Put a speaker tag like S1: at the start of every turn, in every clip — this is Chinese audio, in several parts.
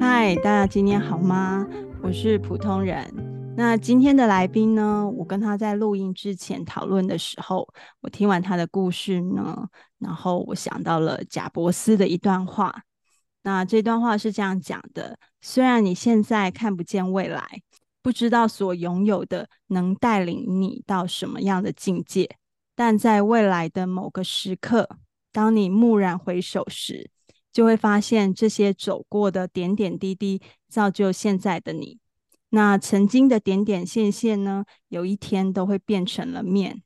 S1: 那今天好吗？我是普通人。那今天的来宾呢？我跟他在录音之前讨论的时候，我听完他的故事呢，然后我想到了贾伯斯的一段话。那这段话是这样讲的：虽然你现在看不见未来，不知道所拥有的能带领你到什么样的境界，但在未来的某个时刻，当你蓦然回首时，就会发现这些走过的点点滴滴，造就现在的你。那曾经的点点线线呢，有一天都会变成了面。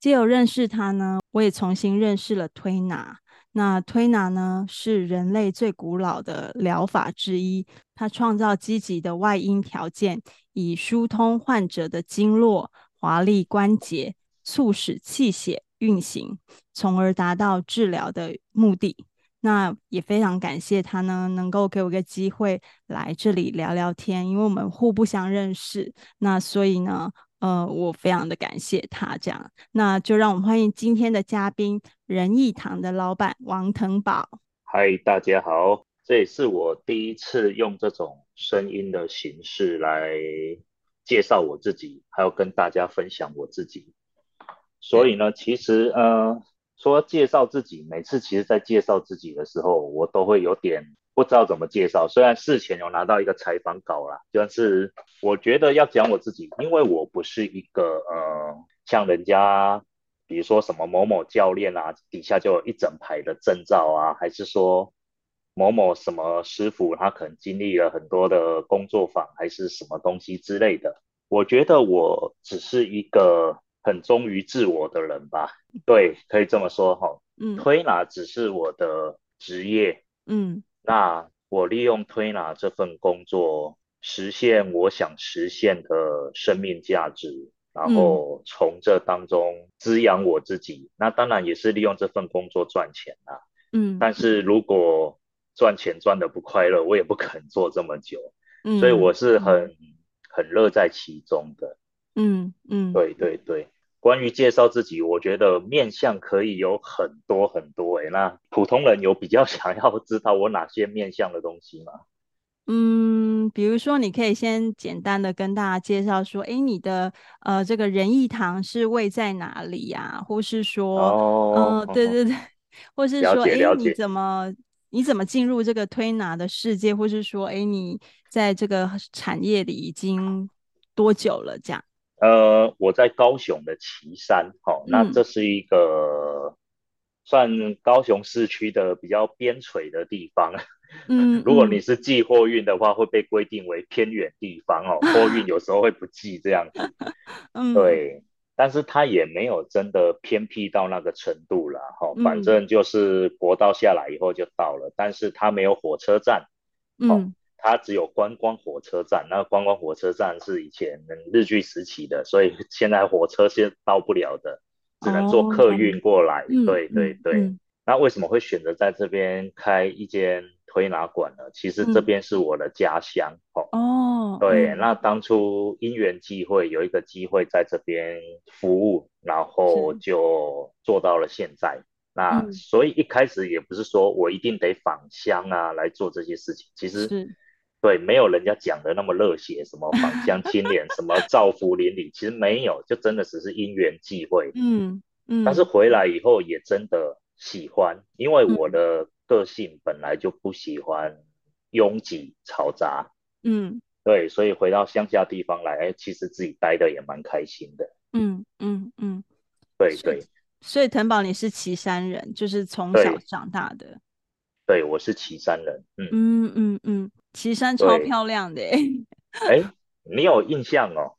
S1: 借由认识他呢，我也重新认识了推拿。那推拿呢，是人类最古老的疗法之一。它创造积极的外因条件，以疏通患者的经络、华丽关节，促使气血运行，从而达到治疗的目的。那也非常感谢他呢，能够给我一个机会来这里聊聊天，因为我们互不相认识，那所以呢，呃，我非常的感谢他这样。那就让我们欢迎今天的嘉宾仁义堂的老板王腾宝。
S2: 嗨，大家好，这也是我第一次用这种声音的形式来介绍我自己，还有跟大家分享我自己。所以呢，其实呃。说介绍自己，每次其实在介绍自己的时候，我都会有点不知道怎么介绍。虽然事前有拿到一个采访稿啦，但是我觉得要讲我自己，因为我不是一个呃，像人家比如说什么某某教练啊，底下就有一整排的证照啊，还是说某某什么师傅，他可能经历了很多的工作坊，还是什么东西之类的。我觉得我只是一个。很忠于自我的人吧，对，可以这么说哈。
S1: 嗯
S2: 推拿只是我的职业，
S1: 嗯
S2: 那我利用推拿这份工作，实现我想实现的生命价值，然后从这当中滋养我自己。那当然也是利用这份工作赚钱啦、
S1: 嗯，
S2: 但是如果赚钱赚的不快乐，我也不肯做这么久，
S1: 嗯
S2: 所以我是很很乐在其中的。
S1: 嗯嗯
S2: 对对对。关于介绍自己，我觉得面相可以有很多很多诶、欸那普通人有比较 想要知道我哪些面相的东西吗？
S1: 嗯，比如说，你可以先简单的跟大家介绍说，诶，你的呃这个仁义堂是位在哪里呀、或是说，
S2: 哦，
S1: 呃，对对对，或是
S2: 了
S1: 说，
S2: 解
S1: 诶，
S2: 了
S1: 你
S2: 解
S1: 怎么你怎么进入这个推拿的世界，或是说，诶，你在这个产业里已经多久了？这样，
S2: 呃，我在高雄的旗山，哦，那
S1: 嗯
S2: 这是一个算高雄市区的比较边陲的地方。
S1: 嗯，
S2: 如果
S1: 嗯
S2: 你是寄货运的话，会被规定为偏远地方 哦，货运有时候会不寄这样子。
S1: 嗯，
S2: 对，但是他也没有真的偏僻到那个程度啦，哈、
S1: 嗯
S2: 反正就是国道下来以后就到了，但是它没有火车站，
S1: 嗯
S2: 它只有观光火车站。那观光火车站是以前日据时期的，所以 现在火车是到不了的，只能坐
S1: 哦
S2: 客运过来。
S1: 嗯，
S2: 对对
S1: 嗯
S2: 对。
S1: 嗯
S2: 那为什么会选择在这边开一间推拿馆呢？其实这
S1: 嗯
S2: 边是我的家乡，哦。
S1: 哦，
S2: 对，
S1: 嗯
S2: 那当初因缘际会有一个机会在这边服务，然后
S1: 是
S2: 就做到了现在。那、
S1: 嗯
S2: 所以一开始也不是说我一定得返乡啊来做这些事情，其实
S1: 是，
S2: 对没有人家讲的那么热血，什么返乡青年，什么造福邻里，其实没有，就真的只是因缘际会。
S1: 嗯嗯，
S2: 但是回来以后也真的喜欢，因为
S1: 嗯
S2: 我的个性本来就不喜欢拥挤嘈杂。
S1: 嗯
S2: 对，所以回到乡下地方来，哎，其实自己待的也蛮开心的。
S1: 嗯嗯嗯，
S2: 对
S1: 所以
S2: 对
S1: 所以腾宝你是岐山人，就是从小
S2: 对
S1: 长大的。
S2: 对，我是岐山人， 嗯，
S1: 嗯嗯嗯，岐山超
S2: 对
S1: 漂亮的欸
S2: 哎，你有印象哦？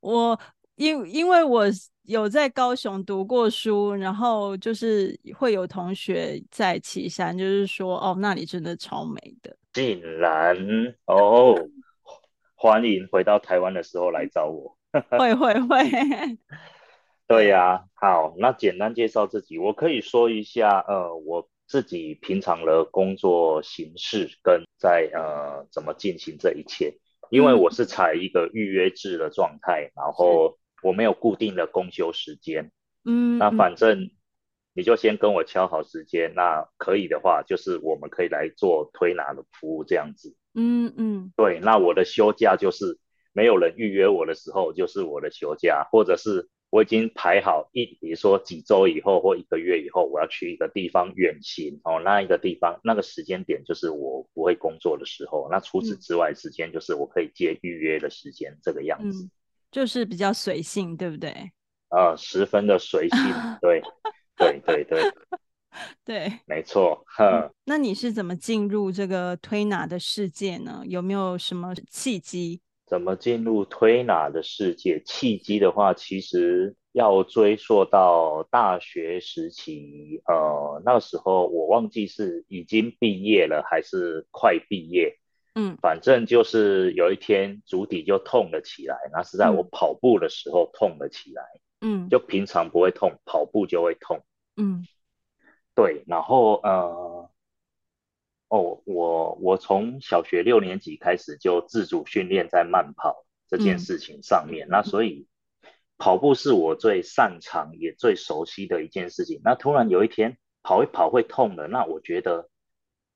S1: 我因因为我有在高雄读过书，然后就是会有同学在岐山，就是说哦，那里真的超美 的。
S2: 竟然哦，欢迎回到台湾的时候来找我。
S1: 会会会， 嗯
S2: 对呀，好，那简单介绍自己，我可以说一下，呃，我自己平常的工作形式跟在呃怎么进行这一切，因为
S1: 嗯
S2: 我是采一个预约制的状态，然
S1: 是
S2: 后我没有固定的公休时间。
S1: 嗯
S2: 那
S1: 嗯
S2: 反正你就先跟我敲好时间，那可以的话，就是我们可以来做推拿的服务这样子。
S1: 嗯嗯
S2: 对，那我的休假就是没有人预约我的时候，就是我的休假，或者是我已经排好一，比如说几周以后或一个月以后，我要去一个地方远行哦，那一个地方那个时间点就是我不会工作的时候，那除此
S1: 嗯
S2: 之外时间就是我可以接预约的时间，这个样子，
S1: 嗯，就是比较随性，对不对？嗯
S2: 呃，十分的 随性，对，对对对，
S1: 对，
S2: 没错，
S1: 嗯
S2: 哼。
S1: 那你是怎么进入这个推拿的世界呢？有没有什么契机？
S2: 怎么进入推拿的世界？契机的话，其实要追溯到大学时期，呃，那时候我忘记是已经毕业了还是快毕业，
S1: 嗯
S2: 反正就是有一天足底就痛了起来，那是在我
S1: 嗯
S2: 跑步的时候痛了起来，
S1: 嗯
S2: 就平常不会痛，跑步就会痛。
S1: 嗯
S2: 对，然后呃，哦，我我从小学六年级开始就自主训练在慢跑这件
S1: 嗯
S2: 事情上面，那所以跑步是我最擅长也最熟悉的一件事情。那突然有一天跑一跑会痛了，那我觉得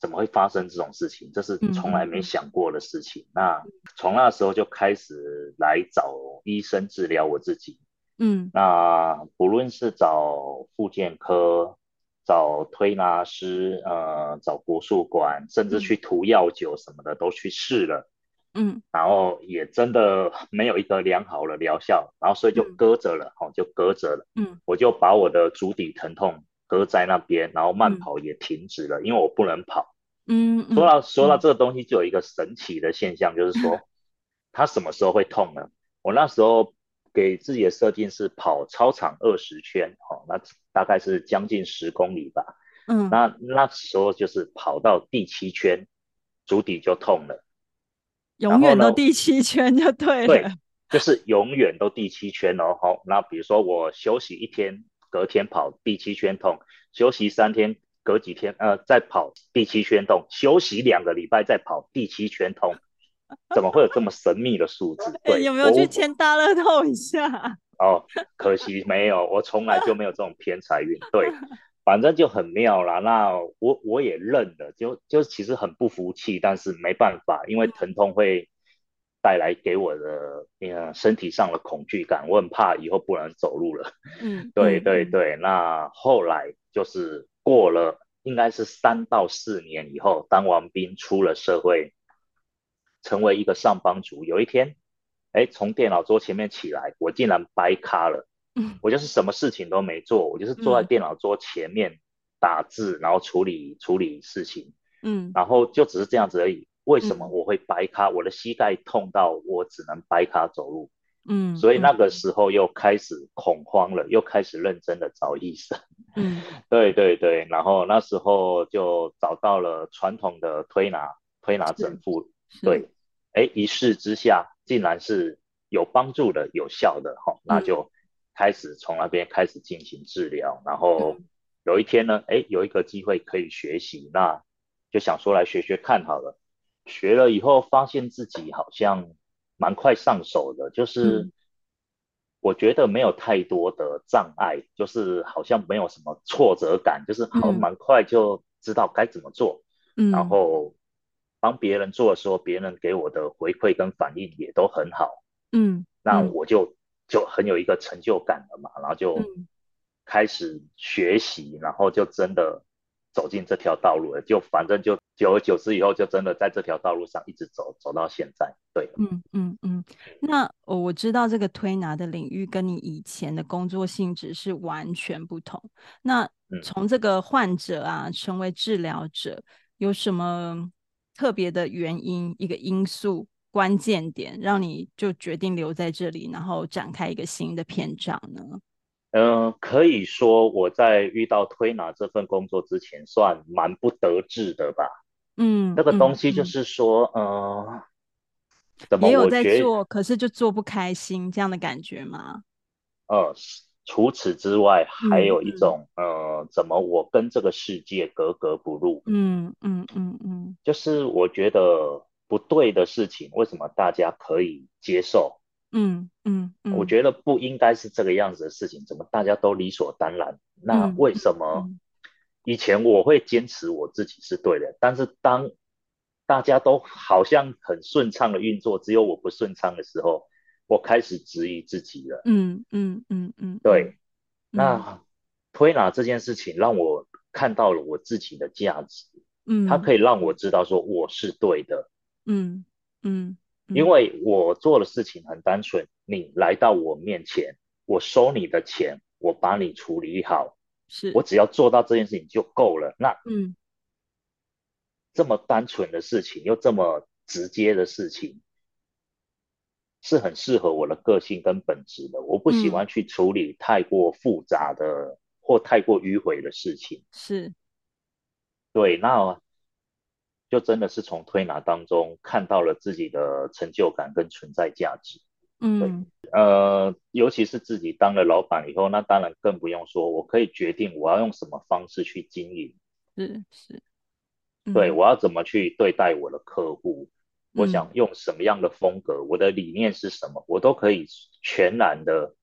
S2: 怎么会发生这种事情？这是从来
S1: 嗯
S2: 没想过的事情。那从那时候就开始来找医生治疗我自己。
S1: 嗯
S2: 那不论是找复健科、找推拿师、呃，找国术馆，甚至
S1: 嗯
S2: 去涂药酒什么的都去试了，
S1: 嗯
S2: 然后也真的没有一个良好的疗效，然后所以就
S1: 嗯
S2: 搁着了，哦，就搁着了。
S1: 嗯
S2: 我就把我的足底疼痛搁在那边，然后慢
S1: 嗯
S2: 跑也停止了，因为我不能跑。
S1: 嗯
S2: 说
S1: 嗯
S2: 到说到这个东西，就有一个神奇的现象，就是 说，它什么时候会痛呢？我那时候给自己的设定是跑操场二十圈，哦，那大概是将近十公里吧。
S1: 嗯，
S2: 那那时候就是跑到第七圈，足底就痛了。然
S1: 永
S2: 后
S1: 远
S2: 呢，
S1: 都第七圈就对了。
S2: 对，就是永远都第七圈哦。好，那比如说我休息一天，隔天跑第七圈痛；休息三天，隔几天呃再跑第七圈痛；休息两个礼拜再跑第七圈痛。怎么会有这么神秘的数字？
S1: 哎，
S2: 对，
S1: 有没有
S2: 我
S1: 去
S2: 无
S1: 签大乐透一下？
S2: 哦，可惜没有，我从来就没有这种偏财运。对，反正就很妙啦。那我我也认了，就就其实很不服气，但是没办法，因为疼痛会带来给我的呃身体上的恐惧感，我很怕以后不能走路了。
S1: 嗯
S2: 对
S1: 嗯
S2: 对
S1: 嗯
S2: 对，那后来就是过了，应该是三到四年以后，当完兵出了社会，成为一个上班族，有一天，哎，从电脑桌前面起来，我竟然掰咖了。
S1: 嗯
S2: 我就是什么事情都没做，我就是坐在
S1: 嗯
S2: 电脑桌前面打字，然后处理处理事情，
S1: 嗯
S2: 然后就只是这样子而已。为什么
S1: 嗯
S2: 我会掰咖？我的膝盖痛到我只能掰咖走路，
S1: 嗯
S2: 所以那
S1: 嗯
S2: 个时候又开始恐慌了，又开始认真的找医生。
S1: 嗯
S2: 对对对，然后那时候就找到了传统的推拿推拿整
S1: 是
S2: 复，
S1: 是
S2: 对，哎，一试之下竟然是有帮助的、有效的哈、那
S1: 嗯
S2: 就开始从那边开始进行治疗。然后
S1: 嗯
S2: 有一天呢，哎，有一个机会可以学习，那就想说来学学看好了。学了以后发现自己好像蛮快上手的，就是
S1: 嗯
S2: 我觉得没有太多的障碍，就是好像没有什么挫折感，就是好
S1: 嗯
S2: 蛮快就知道该怎么做，然
S1: 嗯
S2: 后帮别人做的时候，别人给我的回馈跟反应也都很好，
S1: 嗯
S2: 那
S1: 嗯
S2: 我就就很有一个成就感了嘛，然后就
S1: 嗯
S2: 开始学习，然后就真的走进这条道路了，就反正就久而久之以后，就真的在这条道路上一直走，走到现在。对，
S1: 嗯嗯嗯，那呃我知道这个推拿的领域跟你以前的工作性质是完全不同。那
S2: 嗯。
S1: 从这个患者啊成为治疗者，有什么特别的原因、一个因素、关键点，让你就决定留在这里，然后展开一个新的篇章呢？
S2: 嗯，可以说我在遇到推拿这份工作之前，算蛮不得志的吧。
S1: 嗯
S2: 那个东
S1: 嗯
S2: 西就
S1: 嗯，
S2: 是说，呃，怎么
S1: 也有
S2: 我
S1: 在
S2: 觉，
S1: 做，可是就做不开心这样的感觉吗？
S2: 呃，除此之外，还
S1: 嗯
S2: 有一
S1: 嗯
S2: 种，呃，怎么我跟这个世界格格不入，
S1: 嗯嗯嗯嗯
S2: 就是我觉得不对的事情，为什么大家可以接受？
S1: 嗯嗯
S2: 我
S1: 嗯
S2: 觉得不应该是这个样子的事情，怎么大家都理所当然？那
S1: 嗯
S2: 为什么
S1: 嗯
S2: 以前我会坚持我自己是对的，但是当大家都好像很顺畅的运作，只有我不顺畅的时候，我开始质疑自己了。
S1: 嗯嗯嗯嗯，
S2: 对，
S1: 嗯，
S2: 那推拿这件事情让我看到了我自己的价值，
S1: 嗯，
S2: 它可
S1: 以，
S2: 以让我知道说我是对的，
S1: 嗯嗯，
S2: 因
S1: 嗯
S2: 为我做的事情很单纯，你来到我面前，我收你的钱，我把你处理好，
S1: 是
S2: 我，只要做到这件事情就够了。那
S1: 嗯
S2: 这么单纯的事情，又这么直接的事情，是很适合我的个性跟本质的。我不喜
S1: 嗯
S2: 欢去处理太过复杂的或太过迂回的事情。
S1: 是，
S2: 对，那就真的是从推拿当中看到了自己的成就感跟存在价值。
S1: 嗯
S2: 呃，尤其是自己当了老板以后，那当然更不用说，我可以决定我要用什么方式去经营，
S1: 是是，
S2: 对，
S1: 嗯
S2: 我要怎么去对待我的客户，我
S1: 嗯
S2: 想用什么样的风格，我的理念是什么，我都可以全然的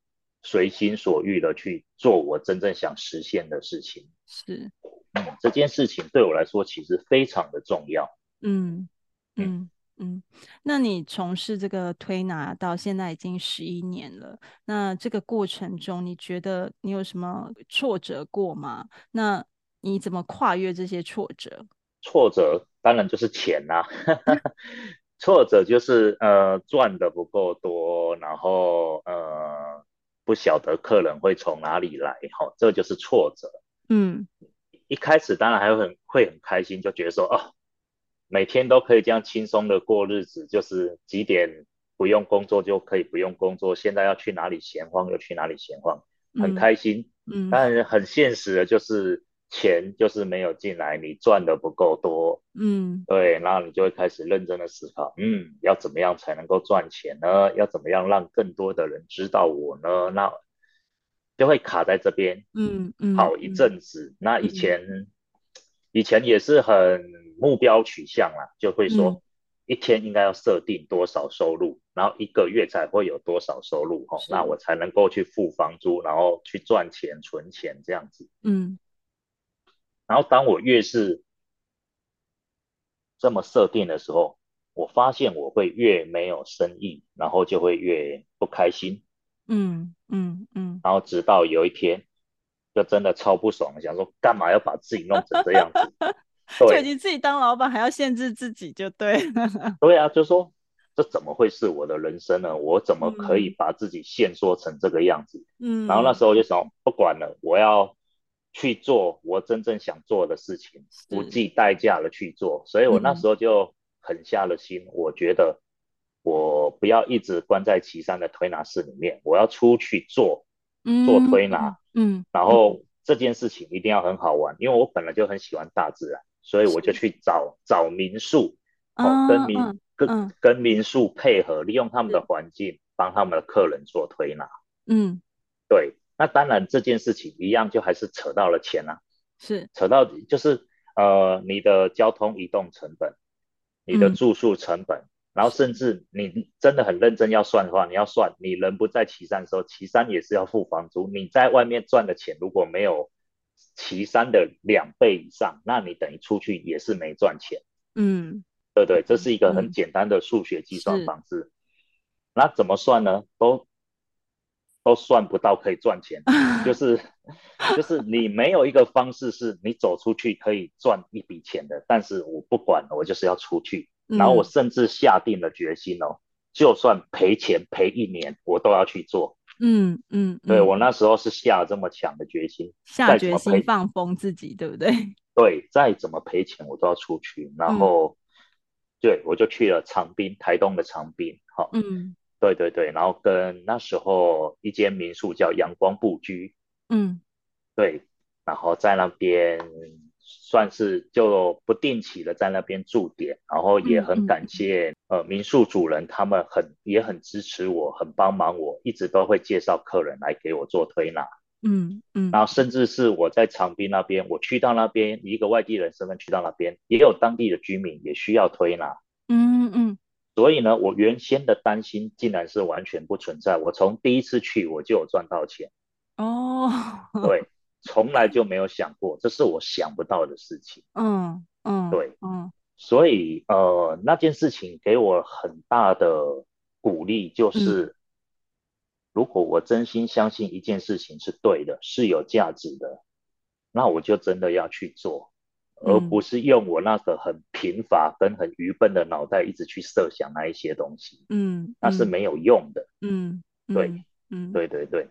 S2: 随心所欲的去做我真正想实现的事情。
S1: 是，
S2: 嗯，这件事情对我来说其实非常的重要。
S1: 嗯
S2: 嗯
S1: 嗯嗯。那你从事这个推拿到现在已经十一年了，那这个过程中，你觉得你有什么挫折过吗？那你怎么跨越这些挫折？
S2: 挫折当然就是钱啦、 挫折就是呃赚的不够多，然后呃不晓得客人会从哪里来，哈、这就是挫折。
S1: 嗯
S2: 一开始当然还会很会很开心，就觉得说哦，每天都可以这样轻松的过日子，就是几点不用工作就可以不用工作，现在要去哪里闲晃就去哪里闲晃，很
S1: 嗯
S2: 开心。
S1: 嗯
S2: 但是很现实的就是钱就是没有进来，你赚的不够多，
S1: 嗯
S2: 对，然后你就会开始认真的思考，嗯，要怎么样才能够赚钱呢？要怎么样让更多的人知道我呢？那就会卡在这边
S1: 嗯嗯
S2: 好一
S1: 嗯
S2: 阵子。那以
S1: 嗯
S2: 前以前也是很目标取向啦，就会
S1: 嗯，
S2: 说一天应该要设定多少收入，然后一个月才会有多少收入，吼，那
S1: 是，
S2: 我才能够去付房租，然后去赚钱存钱这样子。
S1: 嗯
S2: 然后当我越是这么设定的时候，我发现我会越没有生意，然后就会越不开心，
S1: 嗯嗯嗯，
S2: 然后直到有一天，就真的超不爽了，想说干嘛要把自己弄成这样 子？
S1: 就已
S2: 对
S1: 经自己当老板还要限制自己，就对了。
S2: 对啊，就说这怎么会是我的人生呢？我怎么可以
S1: 嗯
S2: 把自己限缩成这个样子？然后那
S1: 嗯，
S2: 时候就想不管了，我要去做我真正想做的事情，不
S1: 是，
S2: 计代价的去做。所以我那
S1: 嗯
S2: 时候就狠下了心，我觉得我不要一直关在岐山的推拿室里面，我要出去做做
S1: 嗯
S2: 推拿，
S1: 嗯
S2: 然
S1: 嗯，
S2: 后这件事情一定要很好玩，因为我本来就很喜欢大自然，所以我就是去找找民宿，哦，跟
S1: 啊
S2: 民
S1: 嗯
S2: 跟
S1: 嗯
S2: 跟民宿配合，利用他们的
S1: 是
S2: 环境，帮他们的客人做推拿。
S1: 嗯
S2: 对，那当然这件事情一样，就还是扯到了钱啊，
S1: 是
S2: 扯到就是呃你的交通移动成本，你的
S1: 嗯
S2: 住宿成本，然后
S1: 是
S2: 甚至你真的很认真要算的话，你要算你人不在岐山的时候，岐山也是要付房租，你在外面赚的钱如果没有岐山的两倍以上，那你等于出去也是没赚钱。
S1: 嗯
S2: 对对，这是一个很
S1: 嗯
S2: 简单的数学计算
S1: 是
S2: 方式。那怎么算呢？都都算不到可以赚钱，就是就是你没有一个方式是你走出去可以赚一笔钱的。但是我不管了，我就是要出去。然后我
S1: 嗯
S2: 甚至下定了决心哦，就算赔钱赔一年，我都要去做。
S1: 嗯嗯
S2: 对，
S1: 嗯，
S2: 我那时候是下了这么强的决心，
S1: 下
S2: 再怎
S1: 决
S2: 么
S1: 心
S2: 赔，
S1: 放风自己，对不对？
S2: 对，再怎么赔钱我都要出去。然
S1: 嗯
S2: 后，对，我就去了长滨，台东的长滨。好、
S1: 嗯
S2: 对对对，然后跟那时候一间民宿叫阳光布居，
S1: 嗯
S2: 对，然后在那边算是就不定期的在那边驻点，然后也
S1: 嗯
S2: 很
S1: 嗯
S2: 感谢呃民宿主人，他们很也很支持我，很帮忙我，一直都会介绍客人来给我做推拿。
S1: 嗯嗯
S2: 然后甚至是我在长滨那边，我去到那边，以一个外地人身份去到那边，也有当地的居民也需要推拿，
S1: 嗯嗯
S2: 所以呢，我原先的担心竟然是完全不存在。我从第一次去我就有赚到钱，
S1: 哦，
S2: 对，从来就没有想过，这是我想不到的事情。
S1: 嗯嗯
S2: 对，
S1: 嗯
S2: 所以呃，那件事情给我很大的鼓励，
S1: 嗯
S2: 就是、如果我真心相信一件事情是对的，是有价值的，那我就真的要去做，而
S1: 嗯
S2: 不是用我那个很贫乏跟很愚笨的脑袋一直去设想那一些东西，
S1: 嗯，
S2: 那是
S1: 嗯
S2: 没有用的。
S1: 嗯，
S2: 对
S1: 嗯，嗯，
S2: 对对对，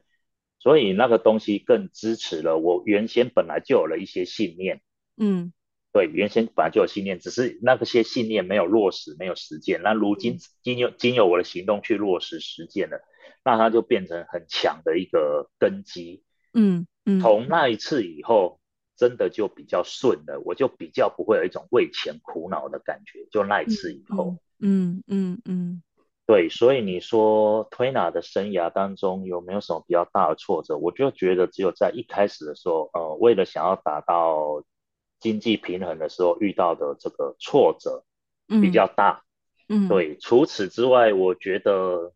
S2: 所以那个东西更支持了我原先本来就有了一些信念。
S1: 嗯，
S2: 对，原先本来就有信念，只是那个些信念没有落实，没有实践。那如今
S1: 嗯
S2: 经由经由我的行动去落实实践了，那它就变成很强的一个根基。
S1: 嗯，嗯，
S2: 从那一次以后，真的就比较顺了，我就比较不会有一种为钱苦恼的感觉。就那一次以后，
S1: 嗯，嗯，嗯，
S2: 对，所以你说推拿的生涯当中有没有什么比较大的挫折？我就觉得只有在一开始的时候，呃，为了想要达到经济平衡的时候遇到的这个挫折
S1: 嗯，
S2: 比较大。
S1: 嗯，
S2: 对，除此之外，我觉得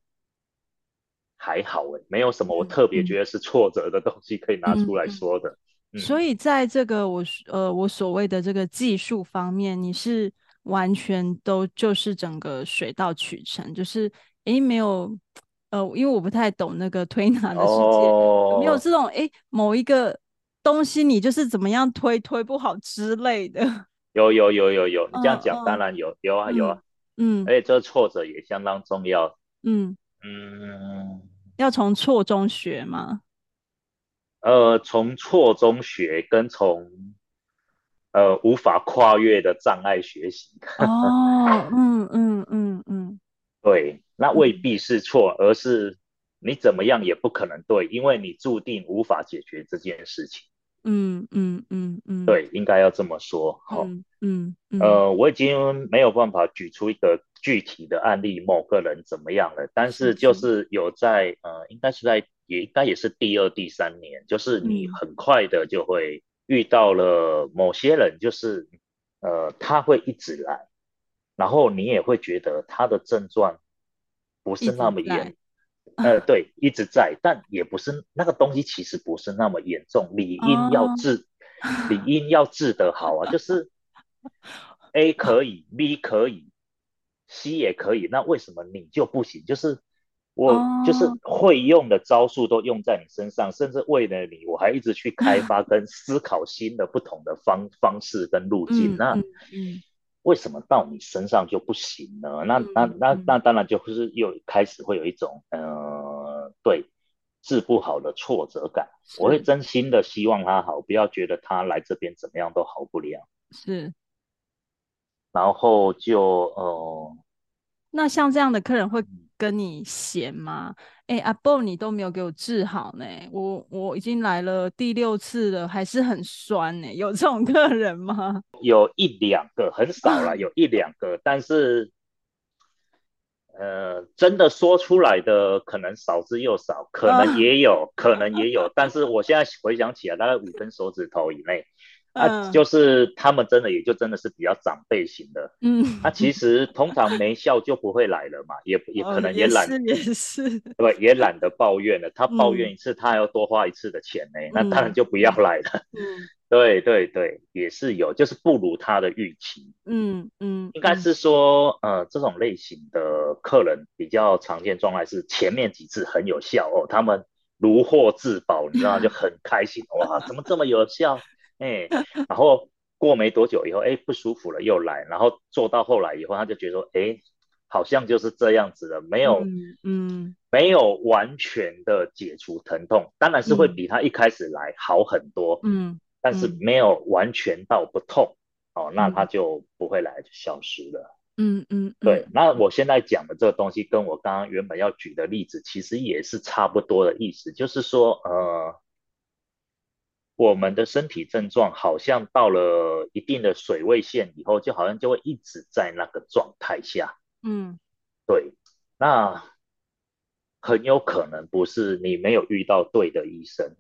S2: 还好诶，没有什么我
S1: 嗯
S2: 特别
S1: 嗯
S2: 觉得是挫折的东西可以拿
S1: 嗯
S2: 出来
S1: 嗯
S2: 说的。嗯。
S1: 所以在这个我是呃我所谓的这个技术方面，你是完全都就是整个水到渠成，就是诶没有呃，因为我不太懂那个推拿的世界，有没有
S2: 哦，
S1: 这种诶某一个东西你就是怎么样推推不好之类的？
S2: 有有有有有，你这样
S1: 嗯
S2: 讲当
S1: 嗯
S2: 然有有啊有啊，
S1: 嗯
S2: 而且这个挫折也相当重要。
S1: 嗯，
S2: 嗯，
S1: 要从错中学嘛。
S2: 呃，从错中学跟从呃无法跨越的障碍学习，
S1: 哦，嗯嗯嗯嗯
S2: 对，那未
S1: 嗯
S2: 必是错，而是你怎么样也不可能对，因为你注定无法解决这件事情。
S1: 嗯嗯嗯嗯
S2: 对，应该要这么说。好、
S1: 嗯嗯嗯
S2: 呃，我已经没有办法举出一个具体的案例，某个人怎么样了，但
S1: 是
S2: 是就是是有在呃，应该是在也应该也是第二、第三年，就是你
S1: 嗯
S2: 很快的就会遇到了某些人，就是呃，他会一直来，然后你也会觉得他的症状不
S1: 一
S2: 是那
S1: 直
S2: 么
S1: 在。
S2: 严，呃，对，一直在，但也不是那个东西，其实不是那么严重，理应要
S1: 哦，
S2: 治，理应要治得好啊，就是 A 可以，B 可以，C 也可以，那为什么你就不行？就是我就是
S1: 哦，
S2: 会用的招数都用在你身上，甚至为了你，我还一直去开 发跟思考新的不同的方方式跟路径。
S1: 嗯
S2: 那
S1: 嗯嗯
S2: 为什么到你身上就不行呢？那那
S1: 嗯
S2: 那
S1: 嗯
S2: 那当然就是又开始会有一种呃，对，治不好的挫折感。我会
S1: 是
S2: 真心的希望他好，不要觉得他来这边怎么样都好不了。
S1: 是。
S2: 然后就呃，
S1: 那像这样的客人会
S2: 嗯
S1: 跟你嫌吗？哎，阿 b 你都没有给我治好呢，我我已经来了第六次了，还是很酸呢。有这种客人吗？
S2: 有一两个很少
S1: 啊
S2: 啦，有一两个，但是呃，真的说出来的可能少之又少，可能
S1: 嗯
S2: 也有，可能也 有，但是我现在回想起来，大概五根手指头以内啊，
S1: 嗯
S2: 就是他们真的也就真的是比较长辈型的，那其
S1: 嗯，
S2: 实通常没效就不会来了嘛，也也
S1: 哦，
S2: 可能
S1: 也
S2: 也懒。
S1: 是也是，
S2: 对，也懒得抱怨了。他抱
S1: 嗯
S2: 怨一次，他还要多花一次的钱呢，那当然
S1: 嗯
S2: 就不要
S1: 嗯
S2: 来了。
S1: 嗯
S2: 对对对，也是有，就是不如他的预期。
S1: 嗯嗯
S2: 应该
S1: 嗯，
S2: 是说，呃，这种类型的客人比较常见状态是前面几次很有效哦，他们如获至宝，你 知道吗就很开心，哇，怎么这么有效？哎，然后过没多久以后，哎，不舒服了又来，然后做到后来以后，他就觉得说，哎，好像就是这样子的，没有
S1: 嗯嗯
S2: 没有完全的解除疼痛，当然是会
S1: 嗯
S2: 比他一开始来好很多，
S1: 嗯
S2: 但是
S1: 嗯
S2: 没有完全到不痛。哦，那他
S1: 嗯
S2: 就不会来，就消失了。
S1: 嗯嗯嗯
S2: 对，那我现在讲的这个东西，跟我刚刚原本要举的例子，其实也是差不多的意思，就是说，呃，我们的身体症状好像到了一定的水位线以后，就好像就会一直在那个状态下。
S1: 嗯
S2: 对，那很有可能不是你没有遇到对的医生，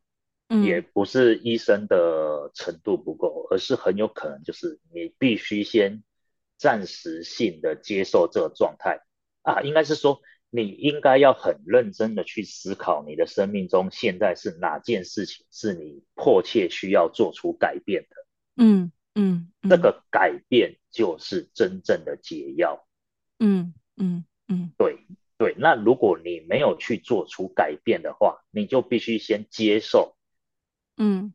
S2: 也
S1: 嗯
S2: 不是医生的程度不够，而是很有可能就是你必须先暂时性的接受这个状态啊，应该是说你应该要很认真的去思考你的生命中现在是哪件事情是你迫切需要做出改变的，
S1: 嗯嗯
S2: 这
S1: 嗯
S2: 个改变就是真正的解药。
S1: 嗯嗯嗯，
S2: 对，那如果你没有去做出改变的话，你就必须先接受，
S1: 嗯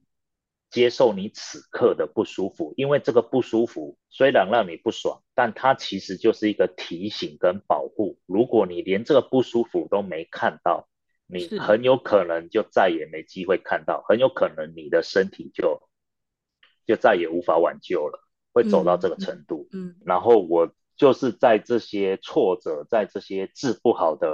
S2: 接受你此刻的不舒服，因为这个不舒服虽然让你不爽，但它其实就是一个提醒跟保护。如果你连这个不舒服都没看到，你
S1: 是
S2: 很有可能就再也没机会看到，很有可能你的身体就就再也无法挽救了，会走到这个
S1: 嗯
S2: 程度。
S1: 嗯
S2: 然后我就是在这些挫折，在这些治不好的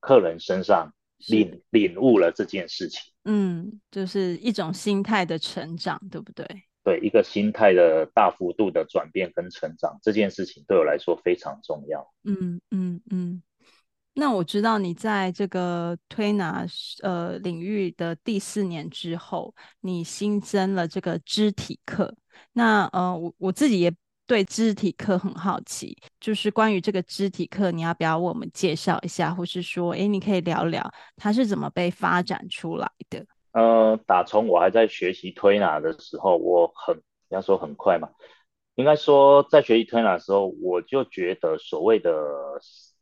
S2: 客人身上
S1: 是
S2: 领领悟了这件事情，
S1: 嗯，就是一种心态的成长，对不对？
S2: 对一个心态的大幅度的转变跟成长，这件事情对我来说非常重要。
S1: 嗯嗯嗯，那我知道你在这个推拿是呃领域的第四年之后，你新增了这个肢体课。那呃，我我自己也对肢体课很好奇，就是关于这个肢体课，你要不要为我们介绍一下，或是说，诶，你可以聊聊它是怎么被发展出来的？
S2: 呃，打从我还在学习推拿的时候，我很，不要说很快嘛，应该说在学习推拿的时候，我就觉得所谓的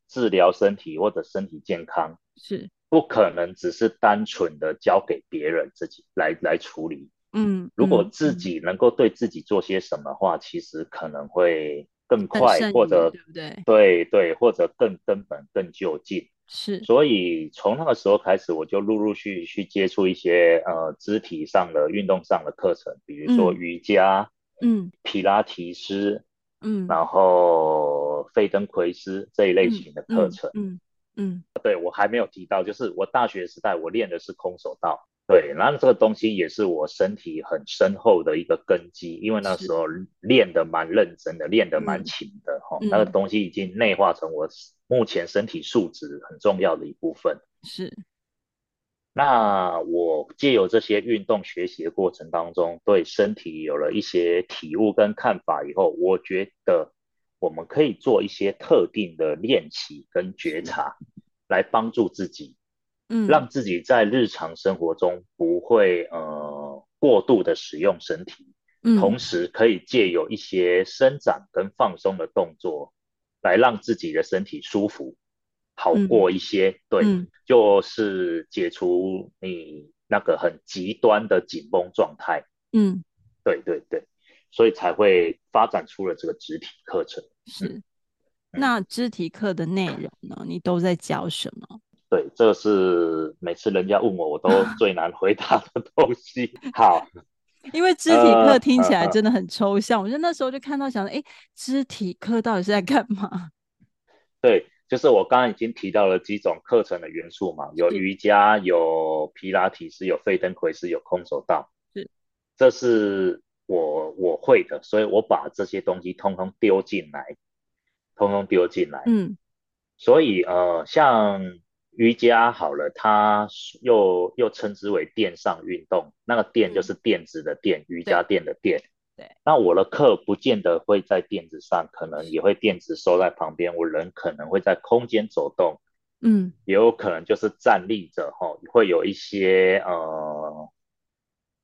S2: 治疗身体或者身体健康。
S1: 是，
S2: 不可能只是单纯的交给别人自己来来处理。
S1: 嗯，
S2: 如果
S1: 嗯
S2: 自
S1: 嗯
S2: 己能够对自己做些什么的话，其实可能会更
S1: 更
S2: 快，
S1: 胜
S2: 或
S1: 于
S2: 者
S1: 对不对？
S2: 对对，或者更根本、更就近。
S1: 是，
S2: 所以从那个时候开始，我就陆陆续续接触一些呃肢体上的、运动上的课程，比如说
S1: 嗯
S2: 瑜伽、
S1: 嗯
S2: 皮拉提斯，
S1: 嗯
S2: 然后费登奎斯这一类
S1: 嗯
S2: 型的课
S1: 嗯
S2: 程。
S1: 嗯嗯
S2: 对，我还没有提到，就是我大学时代我练的是空手道，对，然后这个东西也是我身体很深厚的一个根基，因为那
S1: 是
S2: 时候练得蛮认真的，练得蛮
S1: 嗯
S2: 勤的哈、
S1: 嗯
S2: 那个东西已经内化成我目前身体素质很重要的一部分。
S1: 是，
S2: 那我借由这些运动学习的过程当中，对身体有了一些体悟跟看法以后，我觉得我们可以做一些特定的练习跟觉察，来帮助自己，
S1: 嗯
S2: 让自己在日常生活中不会呃过度的使用身体，
S1: 嗯
S2: 同时可以借由一些伸展跟放松的动作，来让自己的身体舒服，好
S1: 嗯
S2: 过一些。对，
S1: 嗯
S2: 就是解除你那个很极端的紧绷状态。
S1: 嗯，
S2: 对对对，所以才会发展出了这个肢体课程。嗯
S1: 是。那肢体课的内容呢？你都在教什么？
S2: 对，这是每次人家问我，我 都最难回答的东西。好，
S1: 因为肢体课
S2: 呃
S1: 听起来
S2: 呃
S1: 真的很抽象，我就那时候就看到想说，哎，肢体课到底是在干嘛？
S2: 对，就是我刚刚已经提到了几种课程的元素嘛，有
S1: 是
S2: 瑜伽，有皮拉提斯，有费登奎斯，有空手道。
S1: 是，
S2: 这是我我会的，所以我把这些东西通通丢进来，通通丢进来。
S1: 嗯
S2: 所以呃，像瑜伽好了，它是又又称之为垫上运动，那个垫就
S1: 嗯
S2: 是垫子的垫，瑜伽垫的垫。
S1: 对。
S2: 那我的课不见得会在垫子上，可能也会垫子收在旁边，我人可能会在空间走动，
S1: 嗯
S2: 也有可能就是站立着哈、吼会有一些呃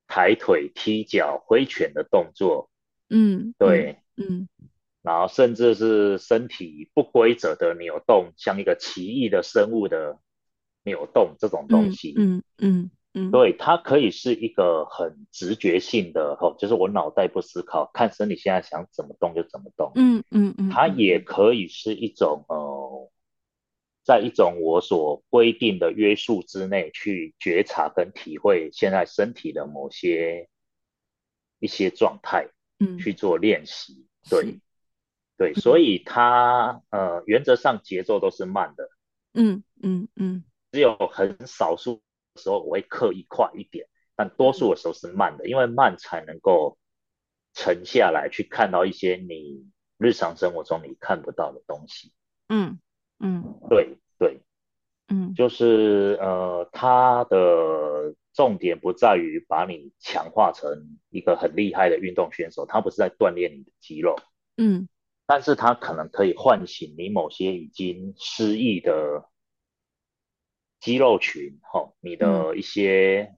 S2: 抬腿、踢脚、挥拳的动作，
S1: 嗯，
S2: 对。
S1: 嗯，
S2: 然后甚至是身体不规则的扭动，像一个奇异的生物的扭动这种东
S1: 嗯
S2: 西，
S1: 嗯嗯嗯嗯，
S2: 对，它可以是一个很直觉性的，哦，就是我脑袋不思考，看身体现在想怎么动就怎么动，
S1: 嗯嗯嗯，
S2: 它
S1: 嗯
S2: 也可以是一种呃，在一种我所规定的约束之内去觉察跟体会现在身体的某些一些状态
S1: 嗯
S2: 去做练习，对
S1: 是。
S2: 对，
S1: 嗯
S2: 所以它呃原则上节奏都是慢的，
S1: 嗯嗯嗯
S2: 只有很少数的时候我会刻意快一点，但多数的时候是慢的，因为慢才能够沉下来去看到一些你日常生活中你看不到的东西。
S1: 嗯嗯
S2: 对对，
S1: 嗯
S2: 就是呃，它的重点不在于把你强化成一个很厉害的运动选手，它不是在锻炼你的肌肉。
S1: 嗯
S2: 但是它可能可以唤醒你某些已经失忆的肌肉群，哈、嗯你的一些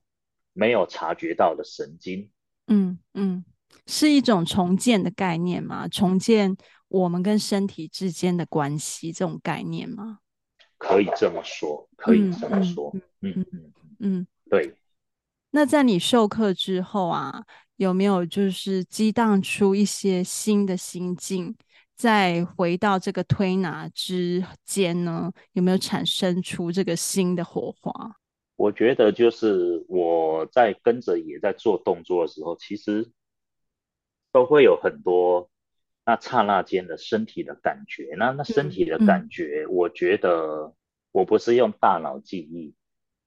S2: 没有察觉到的神经，
S1: 嗯嗯是一种重建的概念吗？重建我们跟身体之间的关系这种概念吗？
S2: 可以这么说，可以这么说，嗯嗯嗯，
S1: 嗯，
S2: 对，
S1: 那在你授课之后啊，有没有就是激荡出一些新的心境？再回到这个推拿之间呢，有没有产生出这个新的火花？
S2: 我觉得就是我在跟着也在做动作的时候，其实都会有很多那刹那间的身体的感觉。那那身体的
S1: 嗯
S2: 感觉，我觉得我不是用大脑记忆，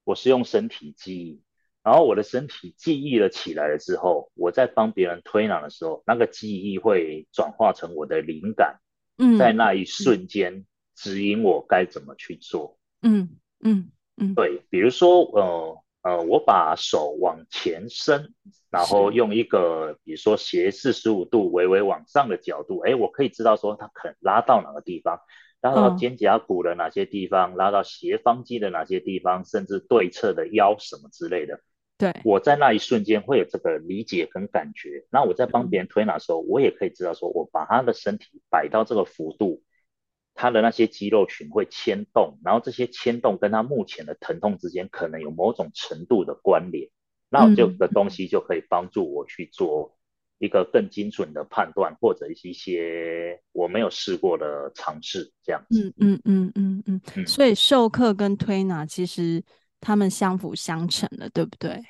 S2: 我是用身体记忆。然后我的身体记忆了起来了之后，我在帮别人推拿的时候，那个记忆会转化成我的灵感，
S1: 嗯
S2: 在那一瞬间指引我该怎么去做。
S1: 嗯嗯嗯，
S2: 对，比如说，呃呃，我把手往前伸，然后
S1: 是
S2: 用一个比如说斜四十五度微微往上的角度，哎，我可以知道说它可能拉到哪个地方，拉到
S1: 嗯
S2: 肩胛骨的哪些地方，拉到斜方肌的哪些地方，甚至对侧的腰什么之类的。
S1: 对，
S2: 我在那一瞬间会有这个理解跟感觉。那我在帮别人推拿的时候，我也可以知道说，我把他的身体摆到这个幅度，他的那些肌肉群会牵动，然后这些牵动跟他目前的疼痛之间可能有某种程度的关联。那我这
S1: 嗯
S2: 个东西就可以帮助我去做一个更精准的判断，或者一些我没有试过的尝试，这样子。
S1: 嗯嗯嗯嗯嗯嗯，
S2: 嗯
S1: 所以授课跟推拿其实他们相辅相成的，对不对？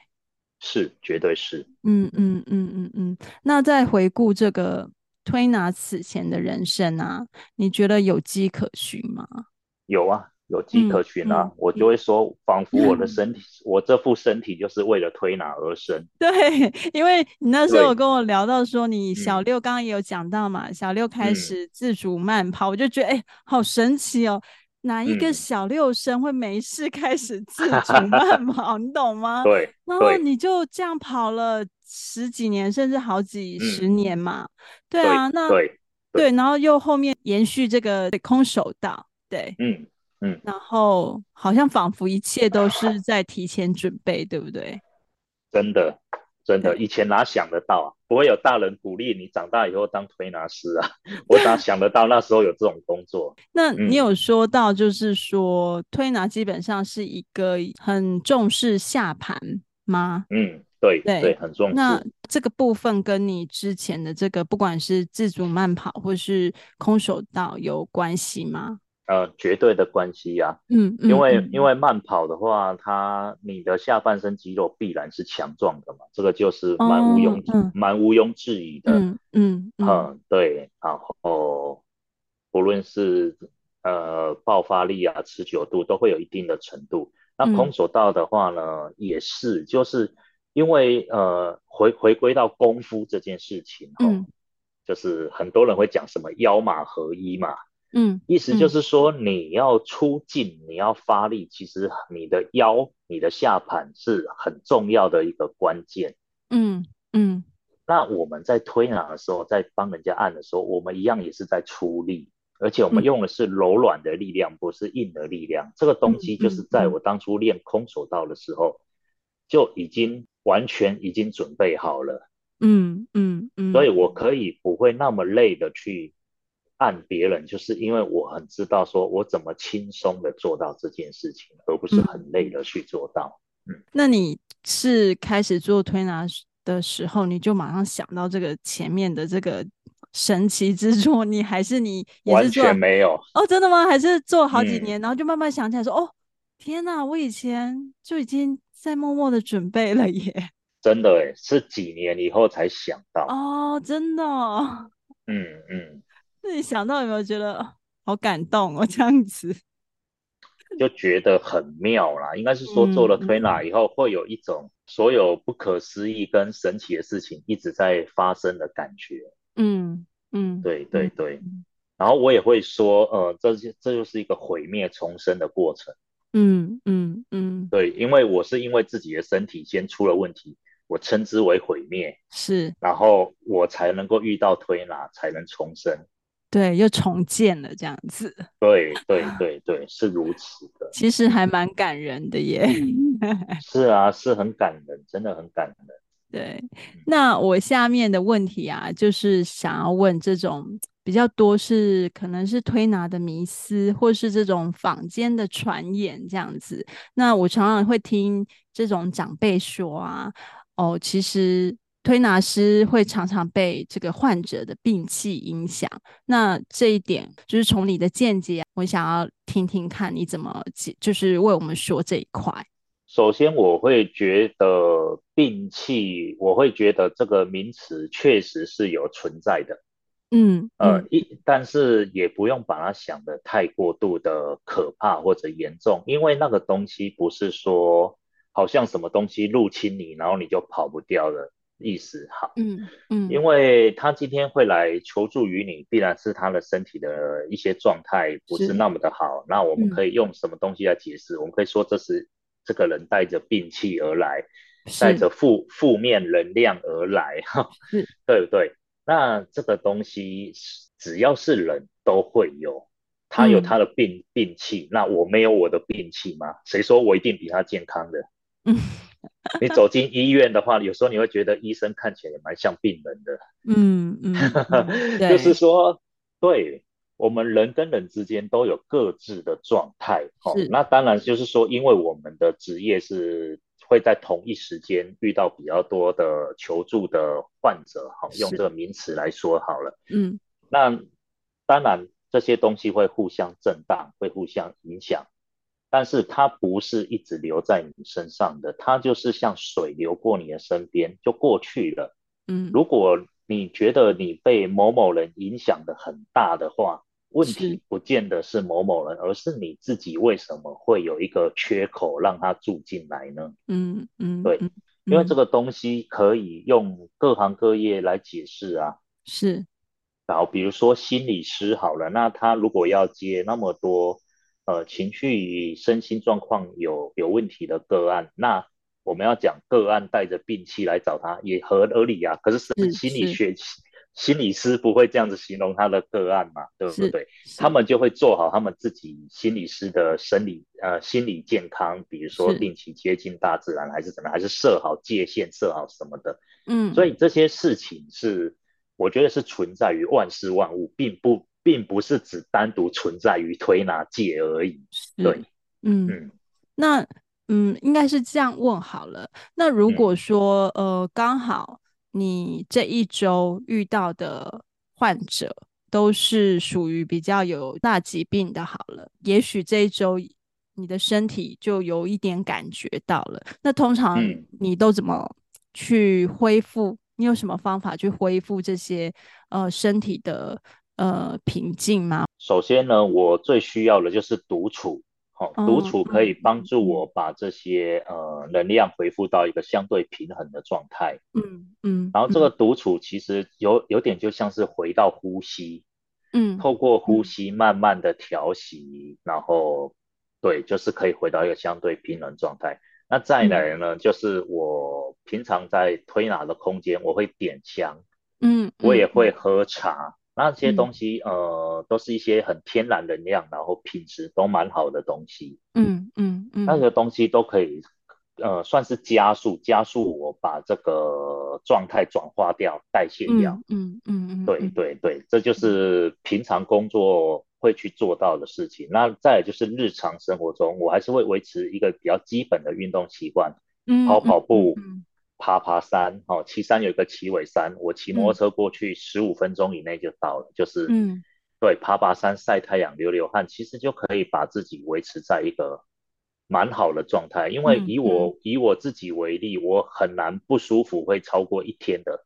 S2: 是，绝对是。
S1: 嗯嗯嗯嗯嗯。那再回顾这个推拿此前的人生啊，你觉得有迹可循吗？
S2: 有啊，有迹可循啊，
S1: 嗯
S2: 我就会说，仿佛我的身体，我这副身体就是为了推拿而生。
S1: 对，因为你那时候有
S2: 对
S1: 跟我聊到说，你小
S2: 嗯
S1: 六刚刚也有讲到嘛，小六开
S2: 嗯
S1: 始自主慢跑，我就觉得哎、好神奇哦，哪一个
S2: 嗯，
S1: 小六生会没事开 始自主慢跑，你懂吗？
S2: 对
S1: 然后
S2: 对，
S1: 你就这样跑了十几年，甚至好几十
S2: 嗯
S1: 年嘛，对啊，
S2: 对
S1: 那
S2: 对
S1: 对，
S2: 对，
S1: 然后又后面延续这个空手道，对，
S2: 嗯嗯，
S1: 然后好像仿佛一切 都是在提前准备，对不对？
S2: 真的真的，
S1: 对。
S2: 以前哪想得到啊？不会有大人鼓励你长大以后当推拿师啊， 我哪想得到那时候有这种工作？
S1: 那你
S2: 嗯
S1: 有说到，就是说推拿基本上是一个很重视下盘吗？
S2: 嗯，对对，
S1: 对，
S2: 很重
S1: 那
S2: 视。
S1: 这个部分跟你之前的这个，不管是自主慢跑或是空手道有关系吗？
S2: 呃，绝对的关系呀、
S1: 嗯
S2: 因
S1: 嗯
S2: 为因
S1: 嗯，
S2: 为慢跑的话，它你的下半身肌肉必然是强壮的嘛，这个就是蛮毋
S1: 哦，
S2: 庸
S1: 嗯
S2: 蛮毋庸置疑的。
S1: 嗯嗯嗯，
S2: 嗯，对，然后不论是呃爆发力啊、持久度，都会有一定的程度。那空
S1: 嗯
S2: 手道的话呢，也是，就是因为呃回回归到功夫这件事情哦，
S1: 嗯
S2: 就是很多人会讲什么腰马合一嘛，
S1: 嗯
S2: 意思就
S1: 嗯
S2: 是说你要出劲，你要发力，其实你的腰、你的下盘是很重要的一个关键。
S1: 嗯嗯，
S2: 那我们在推拿的时候，在帮人家按的时候，我们一样也是在出力，而且我们
S1: 嗯
S2: 用的是柔软的力量，不是硬的力量。这个东
S1: 嗯
S2: 西就是
S1: 嗯
S2: 在
S1: 嗯
S2: 我当初练空手道的时候，就已经完全已经准备好了，
S1: 嗯嗯
S2: 所以
S1: 嗯
S2: 我可以不会那么累的去按别人，就是因为我很知道说我怎么轻松的做到这件事情，而不是
S1: 嗯。
S2: 很累的去做到。嗯，
S1: 那你是开始做推拿时的时候，你就马上想到这个前面的这个神奇之处，你还是你也是
S2: 完
S1: 做
S2: 全没有。
S1: 哦，真的吗？还是做好几
S2: 嗯，
S1: 年，然后就慢慢想起来说，哦，天呐，我以前就已经在默默的准备了耶。
S2: 真的诶，是几年以后才想到。
S1: 哦，真的哦，
S2: 嗯嗯，
S1: 那你想到有没有觉得哦好感动哦？这样子，
S2: 就觉得很妙啦。应该是说做
S1: 嗯
S2: 了推拿
S1: 嗯
S2: 以后，会有一种所有不可思议跟神奇的事情一直在发生的感觉。
S1: 嗯嗯
S2: 对对
S1: 嗯
S2: 对。
S1: 嗯
S2: 然后我也会说，呃，这些这就是一个毁灭重生的过程。
S1: 嗯嗯嗯，
S2: 对，因为我是因为自己的身体先出了问题，我称之为毁灭，
S1: 是，
S2: 然后我才能够遇到推拿，才能重生。
S1: 对，又重建了这样子。
S2: 对对对对，是如此 的。
S1: 其实还
S2: 嗯，
S1: 蛮感人的耶。
S2: 是啊，是很感人，真的很感人。
S1: 对，那我下面的问题啊，就是想要问这种比较多是可能是推拿的迷思，或是这种坊间的传言这样子。那我常常会听这种长辈说啊，哦，其实推拿师会常常被这个患者的病气影响。那这一点就是从你的见解啊，我想要听听看你怎么解，就是为我们说这一块。
S2: 首先，我会觉得病气，我会觉得这个名词确实是有存在的，
S1: 嗯，
S2: 呃
S1: 嗯，
S2: 一但是也不用把它想得太过度的可怕或者严重，因为那个东西不是说好像什么东西入侵你，然后你就跑不掉了意思好，
S1: 嗯
S2: 因
S1: 嗯，
S2: 为他今天会来求助于你，必然是他的身体的一些状态不是
S1: 是，
S2: 那么的好，那我们
S1: 嗯
S2: 可以用什么东西来解释？我们可以说这是这个人带着病气而来，带
S1: 是
S2: 着负负面能量而来，哈，
S1: 是，
S2: 对不对？那这个东西是只要是人都会有，他有
S1: 嗯
S2: 他的病病气，那我没有我的病气吗？谁说我一定比他健 康的？
S1: 嗯
S2: 你走进医院的话，有时候你会觉得医生看起来也蛮像病人的。
S1: 嗯 嗯嗯，
S2: 就是
S1: 对，
S2: 说，对，我们人跟人之间都有各自的状态，哦，
S1: 是，
S2: 那当然就是说，因为我们的职业是会在同一时间遇到比较多的求助的患者，好，用
S1: 是，
S2: 这个名词来说好了。
S1: 嗯
S2: 那当然这些东西会互相震荡，会互相影响，但是它不是一直留在你身上的，它就是像水流过你的身边就过去了。
S1: 嗯，
S2: 如果你觉得你被某某人影响的很大的话，问
S1: 是，
S2: 题不见得是某某人，而是你自己为什么会有一个缺口让它住进来呢？
S1: 嗯嗯
S2: 对，
S1: 嗯
S2: 因为
S1: 嗯，
S2: 这个东西可以用各行各业来解释啊。
S1: 是，
S2: 然后比如说心理师好了，那他如果要接那么多呃情绪与身心状况有有问题的个案，那我们要讲个案带着病气来找他也合合理啊。可是是
S1: 是，
S2: 心理
S1: 嗯是，
S2: 学心理师不会这样子形容他的个案嘛，对不
S1: 是，
S2: 对？他
S1: 是，
S2: 们就会做好他们自己心理师的生理呃心理健康，比如说
S1: 是，
S2: 定期接近大自然还是怎么样，还是设好界限、设好什么的。所
S1: 嗯，
S2: 以这些事情是，我觉得是存在于万事万物，并不并不是只单独存在于推拿界而已。
S1: 是，
S2: 对，
S1: 嗯。
S2: 嗯
S1: 那嗯，应该是这样问好了。那如
S2: 嗯
S1: 果说呃，刚好你这一周遇到的患者都是属于比较有大疾病的，好了，也许这一周你的身体就有一点感觉到了。那通常
S2: 嗯。
S1: 你都怎么去恢复？你有什么方法去恢复这些呃身体的呃平静吗？
S2: 首先呢，我最需要的就是独处，好、独
S1: 嗯
S2: 处可以
S1: 嗯
S2: 帮助我
S1: 嗯
S2: 把这些呃能量恢复到一个相对平衡的状态。
S1: 嗯嗯
S2: 然后这个
S1: 嗯
S2: 独处其实有有点就像是回到呼吸，
S1: 嗯
S2: 透过呼
S1: 嗯，
S2: 吸慢慢的调息，然后对，就是可以回到一个相对平衡状态。那再
S1: 嗯
S2: 来呢，就是我平常在推拿的空间，我会点香，
S1: 嗯
S2: 我也
S1: 嗯
S2: 会
S1: 嗯
S2: 喝茶，那些
S1: 嗯
S2: 东西呃都是一些很天然能量，然后品质都蛮好的东西。
S1: 嗯嗯
S2: 那
S1: 嗯
S2: 个东西都可以，呃，算是加速，加速我把这个状态转化掉、代谢掉。
S1: 嗯嗯嗯
S2: 对
S1: 嗯
S2: 对对，这就
S1: 嗯
S2: 是平常工作会去做到的事情。那再来就是日常生活中，我还是会维持一个比较基本的运动习惯，
S1: 嗯
S2: 跑
S1: 嗯
S2: 跑
S1: 嗯
S2: 步、
S1: 嗯
S2: 爬爬山。哦，骑山有一个骑尾山，我骑摩托
S1: 嗯
S2: 车过去，十五分钟以内就到了。就是
S1: 嗯，
S2: 对，爬爬山、晒太阳、流流汗，其实就可以把自己维持在一个蛮好的状态。因为
S1: 嗯
S2: 以
S1: 嗯
S2: 我以我自己为例，我很难不舒服会超过一天的。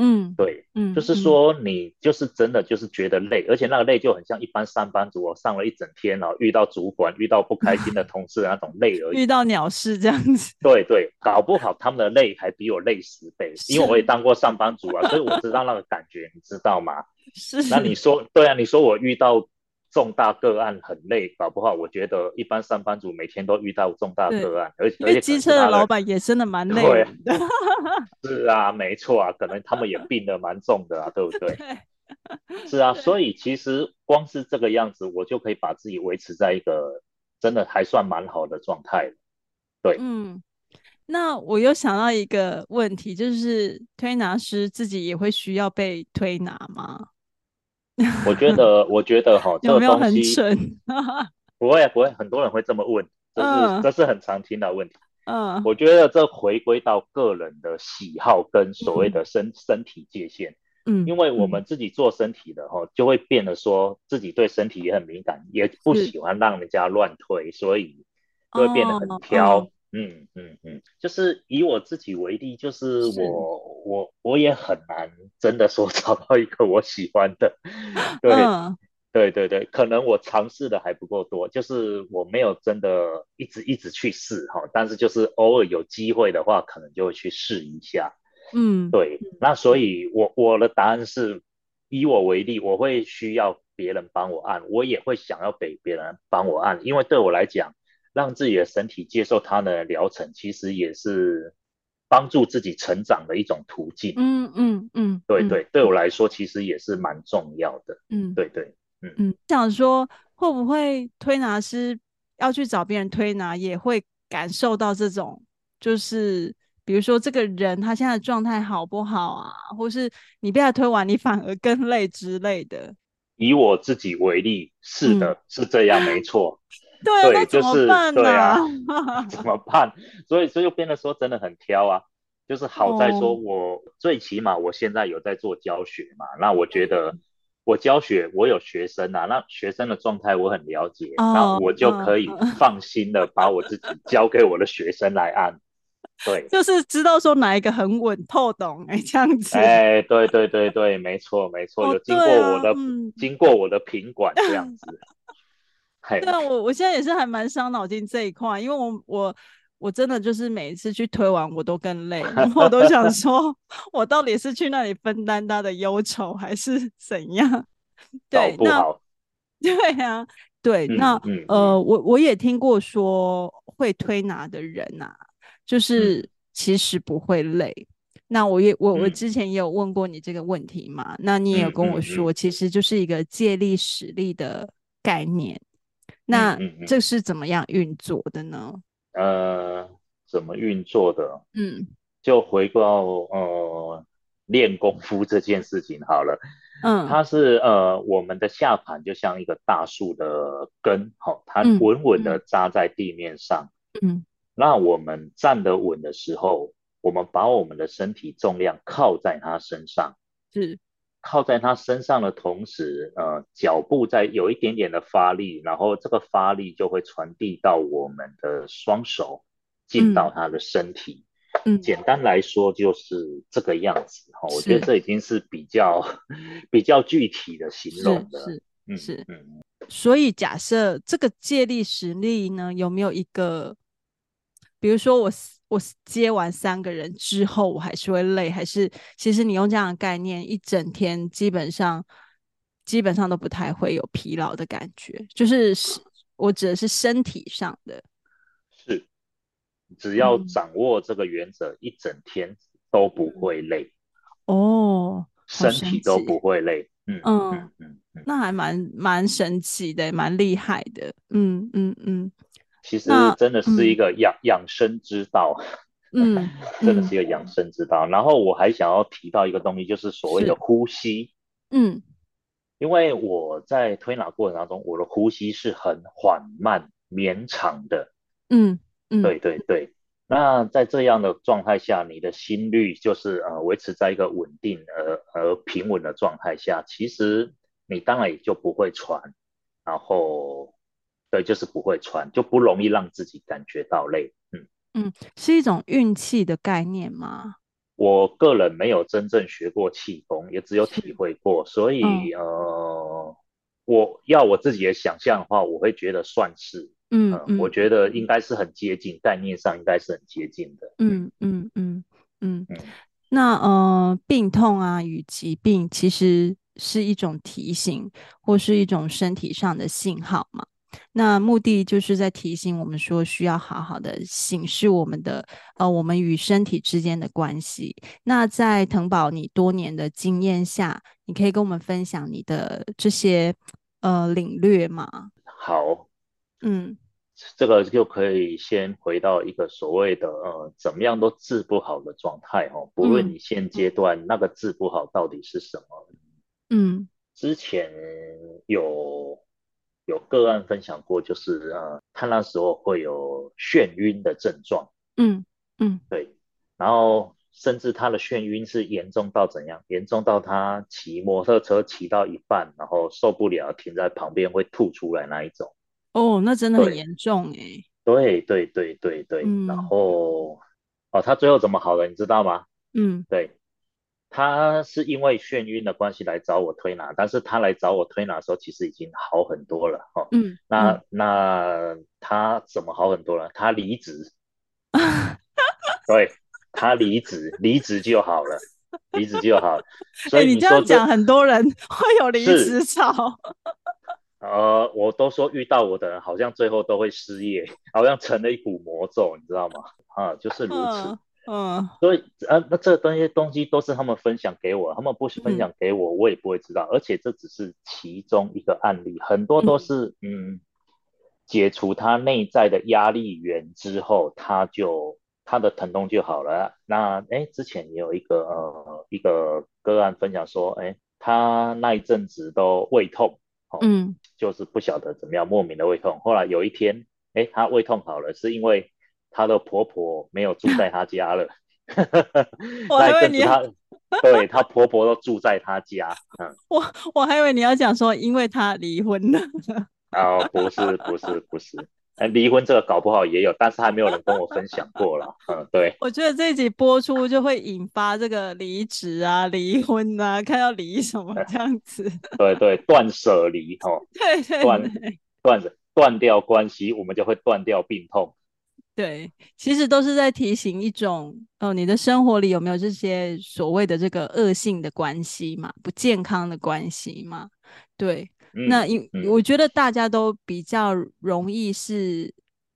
S1: 嗯
S2: 对，就
S1: 嗯
S2: 是
S1: 嗯，
S2: 说你就是真的就是觉得累，而且那个累就很像一般上班族哦，上了一整天然后遇到主管、遇到不开心的同事的那种累而
S1: 遇
S2: 已。
S1: 到鸟事这样子，
S2: 对对，搞不好他们的累还比我累十倍，因为我也
S1: 是
S2: 当过上班族啊，所以我知道那个感觉，你知道吗？那你
S1: 是，
S2: 说，对啊，你说我遇到重大个案很累，搞不好我觉得一般上班族每天都遇到重大
S1: 对，
S2: 个案，而且
S1: 因
S2: 而
S1: 为
S2: 且可
S1: 机
S2: 能是
S1: 车的
S2: 他
S1: 老
S2: 的，
S1: 板也真的蛮累
S2: 对啊，
S1: 人的，
S2: 是啊，没错啊，可能他们也病得蛮重的啊，对不对？
S1: 对
S2: 是啊，所
S1: 对，
S2: 以其实光是这个样子，我就可以把自己维持在一个真的还算蛮好的状态了。对，
S1: 嗯。那我又想到一个问题，就是推拿师自己也会需要被推拿吗？
S2: 我 觉得，我觉得哈，这
S1: 有
S2: 个
S1: 没有
S2: 东
S1: 很
S2: 西
S1: 蠢？
S2: 不会不会，很多人会这么问，这是、
S1: 嗯
S2: 这是很常听到的问题。
S1: 嗯
S2: 我觉得这回归到个人的喜好跟所谓的身、身体界限，
S1: 嗯，
S2: 因为我们自己做身体的哈、就会变得说自己对身体也很敏感，也不
S1: 是
S2: 喜欢让人家乱推，所以就会变得很挑。
S1: 哦
S2: 嗯嗯嗯，就是以我自己为例，就是我
S1: 是
S2: 我我也很难真的说 找到一个我喜欢的， 对、
S1: 嗯
S2: 对对对，可能我尝试的还不够多，就是我没有真的一直一直去试哈，但是就是偶尔有机会的话，可能就会去试一下。
S1: 嗯，
S2: 对，那所以我我的答案是，以我为例，我会需要别人帮我按，我也会想要给别人帮我按，因为对我来讲，让自己的身体接受它的疗程，其实也是帮助自己成长的一种途径。
S1: 嗯嗯嗯，
S2: 对
S1: 嗯
S2: 对，对我来说其实也是蛮重要的。
S1: 嗯
S2: 对对。
S1: 嗯，想说会不会推拿师要去找别人推拿，也会感受到这种，就是比如说这个人他现在的状态好不好啊，或是你被他推完，你反而更累之类的。
S2: 以我自己为例，是的，
S1: 嗯
S2: 是这样，没错。
S1: 对啊，
S2: 对
S1: 那怎
S2: 就
S1: 么
S2: 是
S1: 办
S2: 对
S1: 呢、
S2: 啊怎么办？所以，所以就变得说真的很挑啊。就是好在说
S1: 哦
S2: 我、最起码我现在有在做教学嘛，那我觉得我教学我有学生啊，那学生的状态我很了解，
S1: 哦
S2: 那我就
S1: 嗯
S2: 可以放心的把我自己交给我的学生来按。对，
S1: 就是知道说哪一个很稳透懂哎、这样子。
S2: 哎，对对对对，没错没错，
S1: 哦
S2: 有经过
S1: 对啊
S2: 我的、
S1: 嗯
S2: 经过我的品管这样 子。嘿
S1: 对啊，我我现在也是还蛮伤脑筋这一块，因为我我我真的就是每一次去推完我都更累，然后我都 想说，我到底是去那里分担他的忧愁，还是 怎样？
S2: 搞
S1: 对，
S2: 不
S1: 那
S2: 好，
S1: 对啊，对，
S2: 嗯
S1: 那
S2: 嗯
S1: 呃，我我也听过说会推拿的人啊，
S2: 嗯
S1: 就是其实不会累。那我也我我
S2: 嗯
S1: 之前也有问过你这个问题嘛，那你也有
S2: 嗯
S1: 跟我
S2: 嗯嗯
S1: 说，其实就是一个借力使力的概念。那
S2: 嗯嗯
S1: 这是怎么样运作的呢？
S2: 呃，怎么运作的？
S1: 嗯
S2: 就回到呃练功夫这件事情好了，
S1: 嗯
S2: 它是呃我们的下盘就像一个大树的根，好、它
S1: 嗯
S2: 稳稳的扎在地面上。
S1: 嗯
S2: 那我们站得稳的时候，我们把我们的身体重量靠在它身上，
S1: 是
S2: 靠在它身上的同时，呃，脚步在有一点点的发力，然后这个发力就会传递到我们的双手，进到它的身体。
S1: 嗯
S2: 简单来说就是这个样子哈、哦，我
S1: 是
S2: 觉得这已经是比较 比较具体的形容的。
S1: 是
S2: 嗯
S1: 是
S2: 嗯，
S1: 所以假设这个借力使力呢，有没有一个，比如说我 s- 我 s- 接完三个人之后，我还是会累，还是其实你用这样的概念，一整天基本上基本上都不太会有疲劳的感觉，就是是我指的是身体上的，
S2: 是，只要
S1: 嗯
S2: 掌握这个原则，一整天都不会累，
S1: 哦，嗯好
S2: 身
S1: 神
S2: 体都
S1: 奇
S2: 不会累。嗯
S1: 嗯
S2: 嗯嗯嗯，
S1: 那还蛮蛮神奇的，蛮厉害的，嗯嗯嗯
S2: 其实
S1: 那
S2: 真的是一
S1: 嗯
S2: 个养养生之道。
S1: 嗯
S2: 真的
S1: 嗯
S2: 是一个养生之道。然后我还想要提到一个东西，就是所谓
S1: 是
S2: 的呼吸，
S1: 嗯，
S2: 因为我在推拿过程当中，我的呼吸是很缓慢、绵长的。
S1: 嗯嗯
S2: 对对对。那在这样的状态下，你的心率就是呃维持在一个稳定而而平稳的状态下，其实你当然也就不会喘，然后对，就是不会喘，就不容易让自己感觉到累。嗯。
S1: 嗯，是一种运气的概念吗？
S2: 我个人没有真正学过气功，也只有
S1: 是哦
S2: 体会过，所以、呃，我要我自己的想象的话，我会觉得算是，
S1: 嗯
S2: 呃
S1: 嗯
S2: 我觉得应该是很接近，概念上应该是很接近的。
S1: 嗯嗯嗯嗯
S2: 嗯，
S1: 那呃，病痛啊与疾病其实是一种提醒，或是一种身体上的信号嘛。那目的就是在提醒我们说，需要好好的醒视我们的呃，我们与身体之间的关系。那在腾宝你多年的经验下，你可以跟我们分享你的这些呃领略吗？
S2: 好，
S1: 嗯
S2: 这个就可以先回到一个所谓的呃怎么样都治不好的状态哦，不论你现阶段那个治不好到底是什么，
S1: 嗯
S2: 之前有有个案分享过，就是呃他那时候会有眩晕的症状，
S1: 嗯嗯
S2: 然后甚至他的眩晕是严重到怎样？严重到他骑摩托车骑到一半，然后受不了停在旁边会吐出来那一种。
S1: 哦，那真的很
S2: 对
S1: 严重哎，
S2: 对对对对对，然
S1: 嗯
S2: 后哦，他最后怎么好了，你知道吗？
S1: 嗯
S2: 对，他是因为眩晕的关系来找我推拿，但是他来找我推拿的时候，其实已经好很多了哦。
S1: 嗯
S2: 那那他怎么好很多了？他离 职，
S1: 嗯，
S2: 对，他离职，离职就好了，离职就 好了。所
S1: 哎，你
S2: 以
S1: 这
S2: 说
S1: 样
S2: 这
S1: 讲，很多人 会有离
S2: 是
S1: 职潮，
S2: 呃，我都说遇到我的人好像最后都会失业，好像成了一股魔咒，你知道吗？啊，就是如此。
S1: 嗯嗯
S2: 所以啊，那这东西东西都是他们分享给我，他们不分享给我，我也不会知道。而且这只是其中一个案例，很多都是嗯，解除他内在的压力源之后，他就他的疼痛就好了。那哎，之前也有一个呃一个个案分享说，哎，他那一阵子都胃痛，哦，
S1: 嗯
S2: 就是不晓得怎么样莫名的胃痛。后来有一天，哎，她胃痛好了，是因为她的婆婆没有住在她家了。
S1: 我还以为
S2: 那一阵
S1: 你
S2: 子她，对她婆婆都住在她家，嗯，
S1: 我我还以为你要讲说，因为他离婚了，
S2: 然后哦不是不是不是，哎，离婚这个搞不好也有，但是还没有人跟我分享过啦。嗯，对，
S1: 我觉得这一集播出就会引发这个离职啊、离婚啊，看要离什么这样子，
S2: 对对，断舍离哦，
S1: 对对
S2: 断
S1: 对
S2: 断断掉关系，我们就会断掉病痛。
S1: 对，其实都是在提醒一种，哦，你的生活里有没有这些所谓的这个恶性的关系嘛，不健康的关系嘛？对，那
S2: 嗯
S1: 因
S2: 嗯
S1: 我觉得大家都比较容易是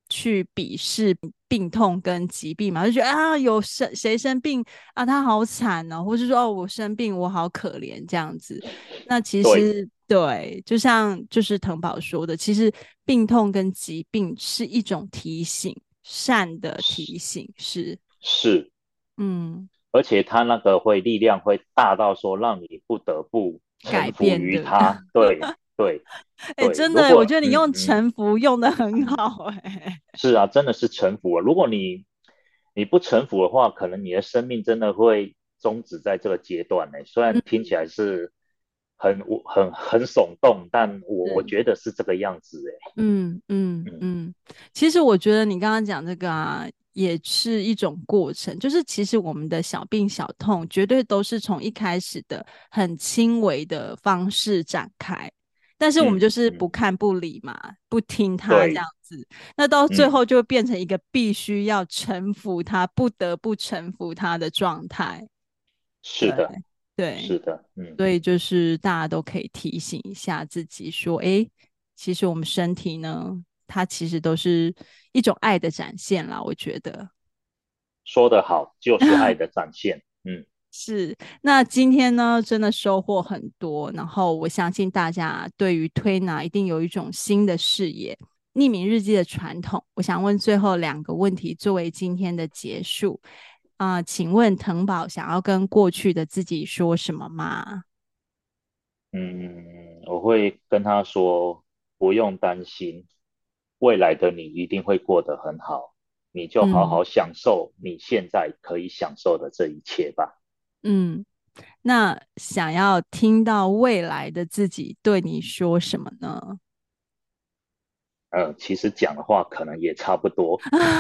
S1: 去鄙视病痛跟疾病嘛，就觉得啊，有生谁生病啊，他好惨哦，或是说哦，我生病我好可怜这样子。那其
S2: 对
S1: 实对，就像就是腾宝说的，其实病痛跟疾病是一种提醒，善的提醒是，
S2: 是。
S1: 嗯，
S2: 而且他那个会力量会大到说让你不得不
S1: 改
S2: 臣服
S1: 变
S2: 于
S1: 的
S2: 他。 对对
S1: 哎、
S2: 对
S1: 真
S2: 如
S1: 的欸，我
S2: 果
S1: 觉得你
S2: 嗯
S1: 用
S2: 嗯
S1: 臣服用的 很好、哎，
S2: 是啊，真的是臣服啊。如果你你不臣服的话，可能你的生命真的会终止在这个阶段呢、虽然
S1: 嗯
S2: 听起来是很很很耸动，但我我
S1: 是
S2: 觉得是这个样子哎、
S1: 嗯嗯
S2: 嗯
S1: 嗯，其实我觉得你刚刚讲这个啊，也是一种过程。就是其实我们的小病小痛，绝对都是从一开始的很轻微的方式展开，但是我们
S2: 嗯
S1: 就是不
S2: 嗯
S1: 看不理嘛，不听他这
S2: 对
S1: 样子，那到最
S2: 嗯
S1: 后就会变成一个必须要臣服他，不得不臣服他的状态。
S2: 是的，
S1: 对，
S2: 是的，嗯，
S1: 所以就是大家都可以提醒一下自己，说，诶，其实我们身体呢，它其实都是一种爱的展现啦。我觉得
S2: 说得好，就是爱的展现。嗯，
S1: 是。那今天呢，真的收获很多，然后我相信大家对于推拿一定有一种新的视野。匿名日记的传统，我想问最后两个问题作为今天的结束啊、请问腾宝想要跟过去的自己说什么吗？
S2: 嗯，我会跟他说，不用担心，未来的你一定会过得很好，你就好
S1: 嗯
S2: 好享受你现在可以享受的这一切吧。
S1: 嗯，那想要听到未来的自己对你说什么呢？
S2: 嗯，其实讲的话可能也差 不多，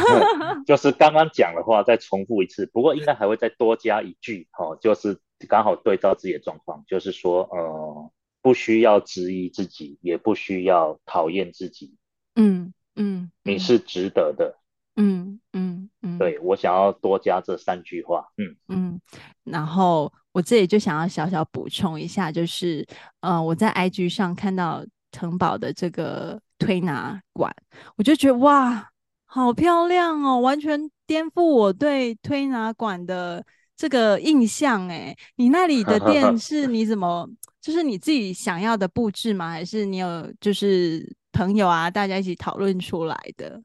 S2: 就是刚刚讲的话再重复一次，不过应该还会再多加一句哦，就是刚好对照自己的状况，就是说，呃，不需要质疑自己，也不需要讨厌自己，
S1: 嗯嗯，
S2: 你
S1: 嗯
S2: 是值得的。
S1: 嗯嗯嗯，
S2: 对，我想要多加这三句话，嗯。
S1: 嗯，然后我这里就想要小小补充一下，就是呃，我在 IG 上看到腾宝的这个推拿馆，我就觉得哇，好漂亮哦，完全颠覆我对推拿馆的这个印象诶，你那里的店是你怎么，就是你自己想要的布置吗？还是你有就是朋友啊，大家一起讨论出来的。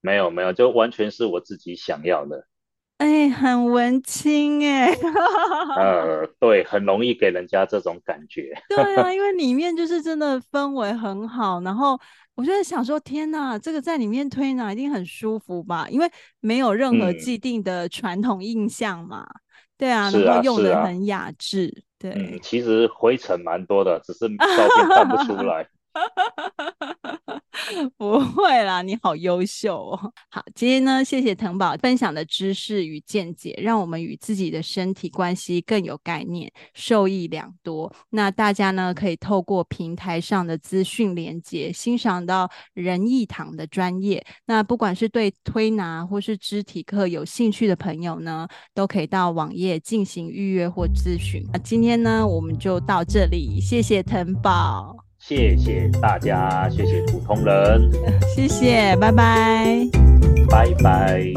S2: 没有没有，就完全是我自己想要的。
S1: 哎，很文青哎、
S2: 呃，对，很容易给人家这种感觉。
S1: 对啊，因为里面就是真的氛围很好，然后我就在想说，天呐，这个在里面推拿一定很舒服吧？因为没有任何
S2: 嗯
S1: 既定的传统印象嘛。对啊，
S2: 是
S1: 然后
S2: 啊
S1: 用
S2: 是
S1: 的
S2: 啊
S1: 很雅致。对，
S2: 嗯，其实灰尘蛮多的，只是照片看不出来。
S1: 不会啦，你好优秀哦！好，今天呢，谢谢腾宝分享的知识与见解，让我们与自己的身体关系更有概念，受益良多。那大家呢，可以透过平台上的资讯连接，欣赏到仁义堂的专业。那不管是对推拿或是肢体课有兴趣的朋友呢，都可以到网页进行预约或咨询。那今天呢，我们就到这里，谢谢腾宝。
S2: 谢谢大家，谢谢普通人，
S1: 谢谢，拜拜。
S2: 拜拜。